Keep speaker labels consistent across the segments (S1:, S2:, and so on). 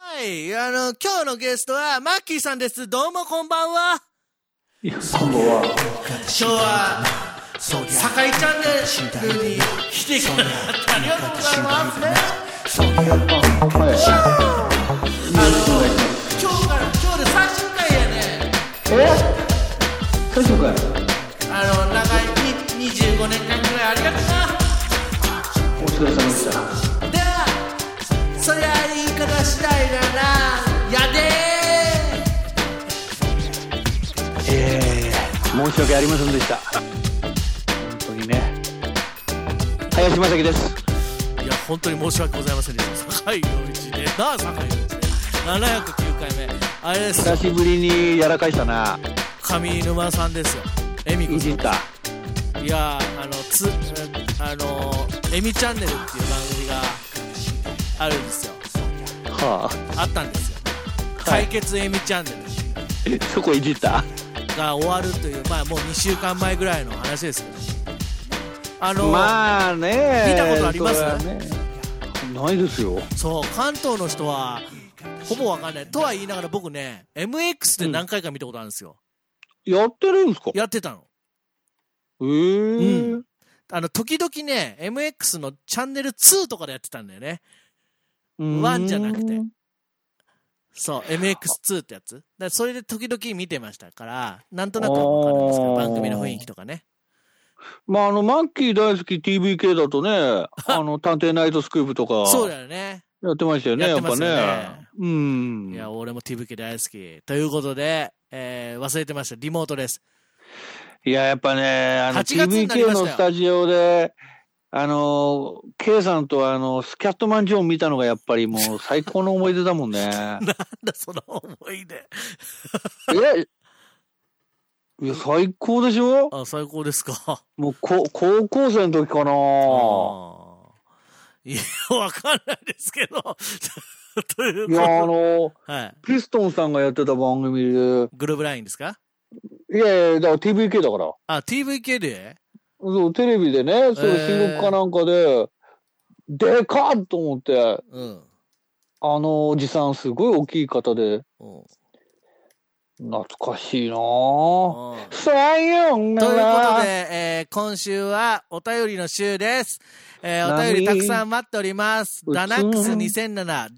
S1: はい。あの、今日のゲストは、マッキーさんです。どうもこんばんは。
S2: 今後は
S1: 今日は、酒井チャンネルに来てくださってありがとうございますね。あの、今日から、今日で最終回やね。
S2: 最初から
S1: あの、長いに25年間くらいありがとう
S2: お疲れ様でした
S1: な。では、そりゃ言い方次第だな。やでー
S2: えー、申し訳ありませんでした本当にね林正樹です
S1: いや、本当に申し訳ございませんでした。坂井陽一で、なあ、坂井陽一で、709回目。あれですよ
S2: 久、しぶりにやらかしたな
S1: 上沼さんですよ。えみ
S2: い
S1: こ
S2: じった
S1: いやー、あの、つ、あの、えみチャンネルっていう番組があるんですよ。
S2: は
S1: あったんですよ。
S2: はい
S1: 解決えみチャンネ
S2: あそこいじった
S1: ルが終わるという、まあもう2週間前ぐらいの話ですけど。あの、
S2: まあ
S1: 見
S2: ね
S1: たことあります
S2: それはねないですよ
S1: そう、関東の人は、ほぼわかんない。とは言いながら僕ね、MX で何回か見たことあるんですよ。
S2: やってるんですか
S1: やってたの。
S2: えー
S1: うあの、時々ね、MX のチャンネル2とかでやってたんだよね。
S2: うん
S1: ワンじゃなくてそう、MX2 ってやつ。だからそれで時々見てましたから、なんとなくはわかるんですけど、
S2: あー
S1: 番組の雰囲気とかね。
S2: まああのマッキー大好き TVK だとね あの探偵ナイトスクープとか
S1: そうだよね。
S2: やってましたよね
S1: や
S2: や
S1: って
S2: っ
S1: ま
S2: ぱ
S1: すよね
S2: ねうん
S1: いや、俺も TVK 大好き。ということで、えー、忘れてました。リモートです。
S2: いや、やっぱね、あの、
S1: 8月になりまし
S2: TVK
S1: たよ
S2: のスタジオで、あの、K さんとあの、スキャットマンジョーン見たのがやっぱりもう最高の思い出だも んね。
S1: なんだ、その思い出。
S2: えいや、最高でしょ
S1: あ、最高ですか。
S2: もう、こ、高校生の時かな
S1: あー。いや、わかんないですけど。 という
S2: い
S1: こ
S2: や、あ
S1: と
S2: の、
S1: で。はい。
S2: ピストンさんがやってた番組で、
S1: グルーブラインですか
S2: いやいや、だから TVK だから。
S1: あ、TVK で
S2: そう、テレビでね、そ
S1: へ
S2: の
S1: ー
S2: 中国かなんかで、でかっと思って、
S1: うん。
S2: あのおじさんすごい大きい方で、
S1: うん。
S2: 懐かしいなぁ。
S1: うん
S2: さような
S1: ということ
S2: ら。
S1: で、えー今週はお便りの週です。えーお便りたくさん待っております。
S2: 何
S1: ダナックス2007、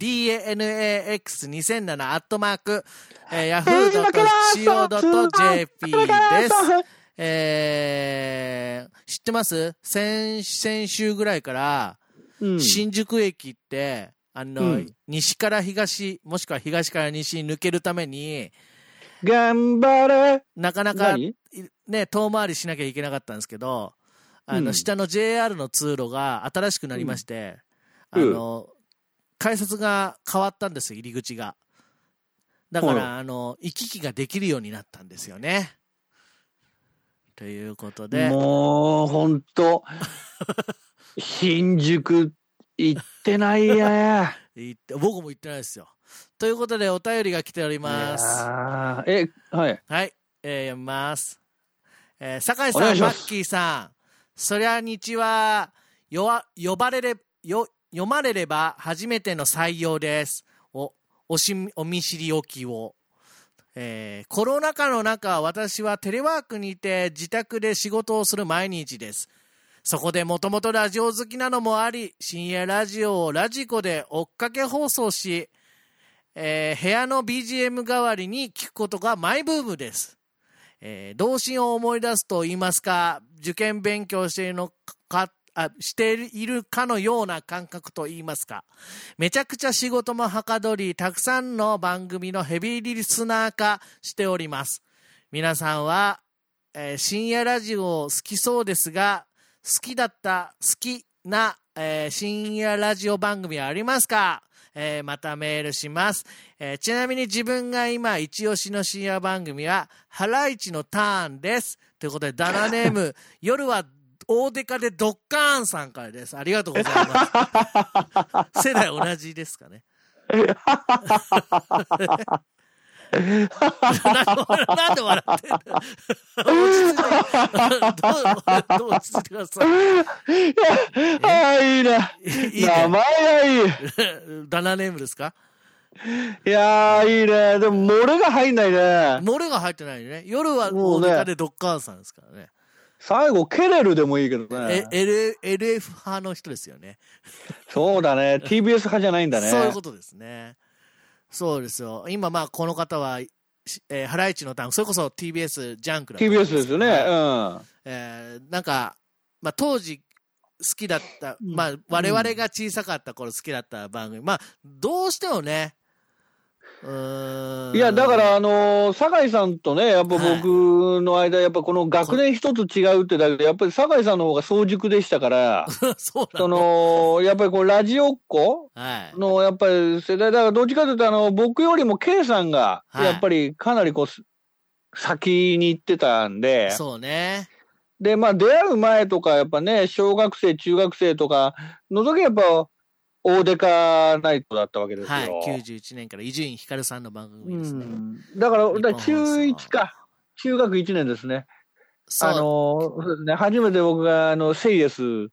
S1: DANAX2007、アットマーク、えー、yahoo.co.jp です。えー、知ってます先、先週ぐらいから、
S2: うん
S1: 新宿駅って、あの、
S2: うん
S1: 西から東、もしくは東から西に抜けるために、
S2: 頑張れ。
S1: なかなか
S2: 何
S1: いね、遠回りしなきゃいけなかったんですけど、あ
S2: う
S1: の、
S2: ん
S1: 下の JR の通路が新しくなりまして、
S2: うん
S1: あの、改札が変わったんですよ、入り口が。だか
S2: はい
S1: ら、あの、行き来ができるようになったんですよね。ということで、
S2: もう、ほん と。新宿行ってないや。
S1: 行って僕も行ってないですよ。ということで、お便りが来ております。
S2: あーえ、はい。
S1: はい、えー読みます。えー酒井
S2: お
S1: さ
S2: 願い
S1: ん、
S2: し
S1: マ
S2: ます
S1: ッキーさん、そりゃ日は、よわ、呼ばれれ、よ、読まれれば初めての採用です。お、おしみ、お見知りおきを。えーコロナ禍の中、私はテレワークにて自宅で仕事をする毎日です。そこでもともとラジオ好きなのもあり、深夜ラジオをラジコで追っかけ放送し、えー部屋の BGM 代わりに聞くことがマイブームです。えー童心を思い出すと言いますか、受験勉強しているのか、あしているかのような感覚と言いますか。めちゃくちゃ仕事もはかどり、たくさんの番組のヘビーリスナー化しております。皆さんは、えー深夜ラジオを好きそうですが、好きだった、好きな、えー深夜ラジオ番組はありますかえーまたメールします、えーちなみに自分が今、一押しの深夜番組は、ハライチのターンです。ということで、ダラネー ム、夜は大デカでドッカーンさんからです。ありがとうございます。 世代同じですか ね。ななんで笑ってんの落ち着いて。どう、どう落ち着いてください。
S2: ああ、いいな。
S1: いい
S2: 名前
S1: ね。
S2: がいい。
S1: ダナネームですか
S2: いやー、いいね。でも、漏れが入んないね。
S1: 漏れが入ってないよね。夜はもう
S2: もうね
S1: ネタでドッカーンさんですからね。
S2: 最後、ケレルでもいいけど
S1: え
S2: ね。
S1: L LF 派の人ですよね
S2: そうだね。TBS 派じゃないんだね。
S1: そういうことですね。そうですよ。今、まあ、この方は、しえー、ハライチのターン、それこそ TBS ジャンクだと思うん
S2: TBS ですよね。
S1: はい
S2: うん。
S1: えーなんか、まあ、当時好きだった、
S2: うん
S1: まあ、我々が小さかった頃好きだった番組、まあ、どうしてもね、うーん。
S2: いや、だから、、あのー酒井さんとね、やっぱ僕の間、やっぱこの学年一つ違うってだけで、やっぱり酒井さんの方が早熟でし たから、
S1: そうな
S2: そ
S1: の。
S2: の、やっぱりこう、ラジオっ子
S1: はい。
S2: の、やっぱり世代、だからどっちかというと、あの、僕よりも K さんが、
S1: はい
S2: やっぱりかなりこうす、先に行ってたんで、
S1: そうね。
S2: で、まあ、出会う前とか、やっぱね、小学生、中学生とかの時はやっぱ、大デカナイトだったわけですよ。
S1: はい。91年から伊集院光さんの番組ですね。
S2: うんだから、だから
S1: 日本放
S2: 中
S1: 送
S2: 1か。中学1年ですね。
S1: そう。
S2: あの、そうですね。初めて僕が、あの、セイエス
S1: はい。。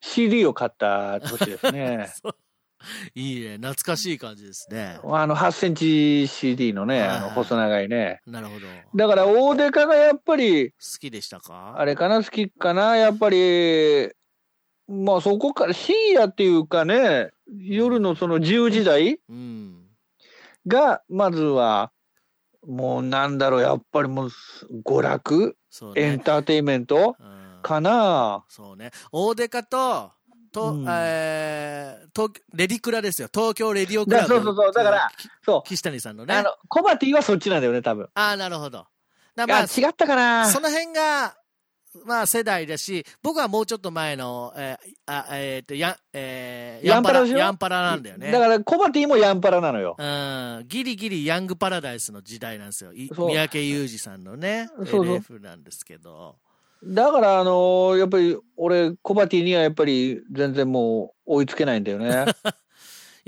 S2: CD を買った年ですね
S1: そういいね。懐かしい感じですね。
S2: あの、8センチ CD のね、あ
S1: はい
S2: の、
S1: はい
S2: 細長いね。
S1: なるほど。好
S2: だから、大デカがやっぱり、
S1: きでしたか
S2: あれかな、好きかな、やっぱり、まあそこから、深夜っていうかね、夜のその10時台
S1: うん。
S2: が、まずは、もうなんだろう、やっぱりもう、娯楽
S1: そう
S2: エン
S1: ね。
S2: ターテインメント
S1: うん
S2: かな
S1: そうね。大デカと、と、
S2: うん
S1: えー、東京レディクラですよ。東京レディオクラ
S2: だ
S1: ブ。
S2: そうそうそう、だから、そ
S1: 岸谷さんの
S2: う。
S1: ね。
S2: あの、コバティはそっちなんだよね、多分。
S1: ああ、なるほど。だ
S2: あ、
S1: ま
S2: 違
S1: あ、
S2: ったかな
S1: その辺が、まあ、世代だし、僕はもうちょっと前の、えー、あ、えー、と、や、えー、
S2: ヤンパラでしょ
S1: ヤンパラなんだよね。
S2: だから、コバティもヤンパラなのよ。
S1: うん、ギリギリヤングパラダイスの時代なんですよ。い
S2: そう
S1: 三宅裕二さんのね、
S2: そうそう
S1: LF なんですけど。
S2: だから、あのーやっぱり、俺、コバティにはやっぱり、全然もう、追いつけないんだよ ね。
S1: い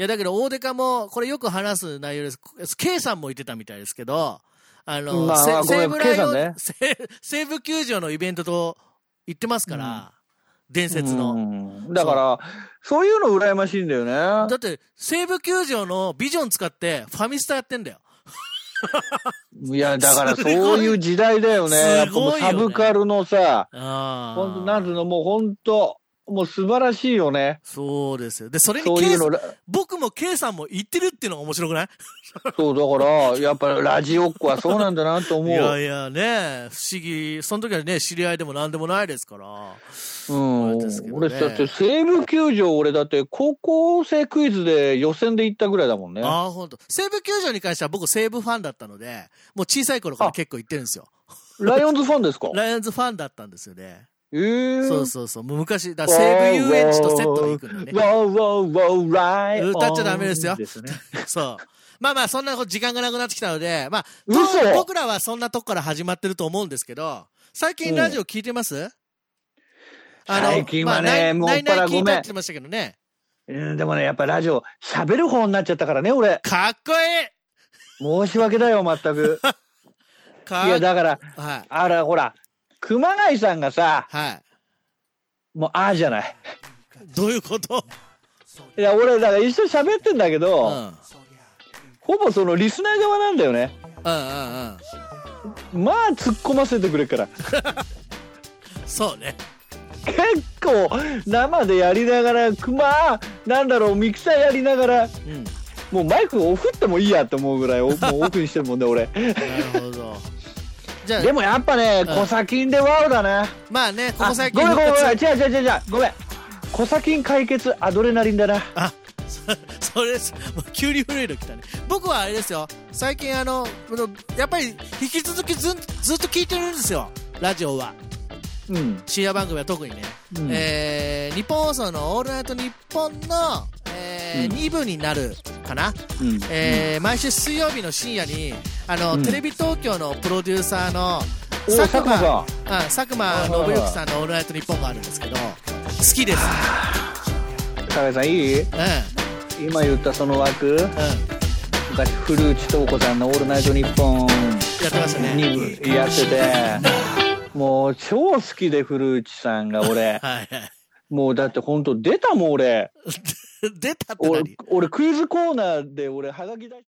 S1: や、だけど、大デカも、これよく話す内容です。K さんも言ってたみたいですけど、あの、
S2: まあ
S1: せ
S2: ごめん
S1: 西武ライオン
S2: K さんね
S1: せ西武球場のイベントと言ってますから、伝説
S2: う
S1: の。
S2: んだから、そういうの羨ましいんだよね
S1: だ。って、西武球場のビジョン使ってファミスタやってんだよ。
S2: いや、だから
S1: す
S2: そう
S1: ごい
S2: いう時代だよね。やっ
S1: す
S2: ぱ
S1: ごいよ
S2: も
S1: ね
S2: うサブカルのさ、
S1: あ
S2: ほんと、
S1: あ。
S2: なんつうの、もう本当もう素晴らしいよね。
S1: そうですよ。で、それに
S2: そう
S1: K
S2: い
S1: さ
S2: う
S1: ん
S2: の、ら
S1: 僕も K さんも言ってるっていうのが面白くない
S2: そう、だから、やっぱラジオっ子はそうなんだなと思
S1: いや
S2: う。
S1: いやね、不思議。その時はね、知り合いでも何でもないですから。
S2: うん
S1: そうですけ。どね
S2: 俺、だって西武球場、俺だって高校生クイズで予選で行ったぐらいだもんね。
S1: ああ、本当。西武球場に関しては僕西武ファンだったので、もう小さい頃から
S2: あ
S1: 結構行ってるんですよ。
S2: ライオンズファンですか
S1: ライオンズファンだったんですよね。
S2: えー
S1: そうそうそう。もう昔、だから西武遊園地とセットで行くんでね。
S2: わーわーわーライオン
S1: 歌っちゃダメですよ
S2: ね
S1: そう。まあまあ、そんな時間がなくなってきたので、まあ、
S2: 嘘
S1: 当僕らはそんなとこから始まってると思うんですけど、最近ラジオ聞いてます、
S2: 最近はねも
S1: も
S2: っ
S1: う
S2: ぱ
S1: ナイナ
S2: ら
S1: イ聞
S2: ごめ
S1: い
S2: ん
S1: たって言ってましたけどね。
S2: うん、でもね、やっぱラジオ、喋る方になっちゃったからね、俺。
S1: かっこいい
S2: 申し訳だよ、全く。い
S1: かっ
S2: や、
S1: こ
S2: だから、
S1: はい。
S2: あら、ほら、熊谷さんがさ、
S1: はい。
S2: もう、ああじゃない。
S1: どういうこと
S2: いや、俺、だから一緒に喋ってんだけ
S1: う
S2: ど、
S1: ん。うんうん
S2: ほぼそのリスナー側なんだよね。
S1: うん。
S2: まあ、突っ込ませてくれるから。
S1: そうね。
S2: 結構、生でやりながら、熊、なんだろう、ミキサーやりながら、
S1: うん。
S2: もうマイクオフってもいいやって思うぐらい、 おもうオフにしてるもんね、俺。
S1: なるほ ど。じゃあ、
S2: でもやっぱね、
S1: うん
S2: コサキンでワオだね。
S1: まあね、ここ最近
S2: あごめんごめんごめ
S1: 復
S2: ん、違う違う違う違う、ごめん。コサキン解決アドレナリ ンだな。
S1: あ、そ それです。もう急に古いの来たね。僕はあれですよ。最近あの、あのやっぱり引き続きずんずっと聞いてるんですよ。ラジオは。
S2: うん。
S1: 深夜番組は特にね。
S2: うん
S1: えー、日本放送のオールナイトニッポンの、えー
S2: うん
S1: 2部になるかな。
S2: うん
S1: えー毎週水曜日の深夜にあの、
S2: うん
S1: テレビ東京のプロデューサーの
S2: お
S1: 佐久
S2: 佐久
S1: 間
S2: 間さ
S1: うん佐久間信之さんの「オールナイトニッポン」があるんですけど好きです、
S2: 高井さんいい
S1: うんう
S2: 今言ったその枠
S1: ん、
S2: 昔古内東子さんの「オールナイトニッポン
S1: やってました」ね
S2: にやっててもう超好 きで古内さんが俺
S1: はいはい
S2: もうだって本当出たもん俺
S1: 出たって
S2: 俺
S1: 何、
S2: 俺クイズコーナーで俺、はがき出し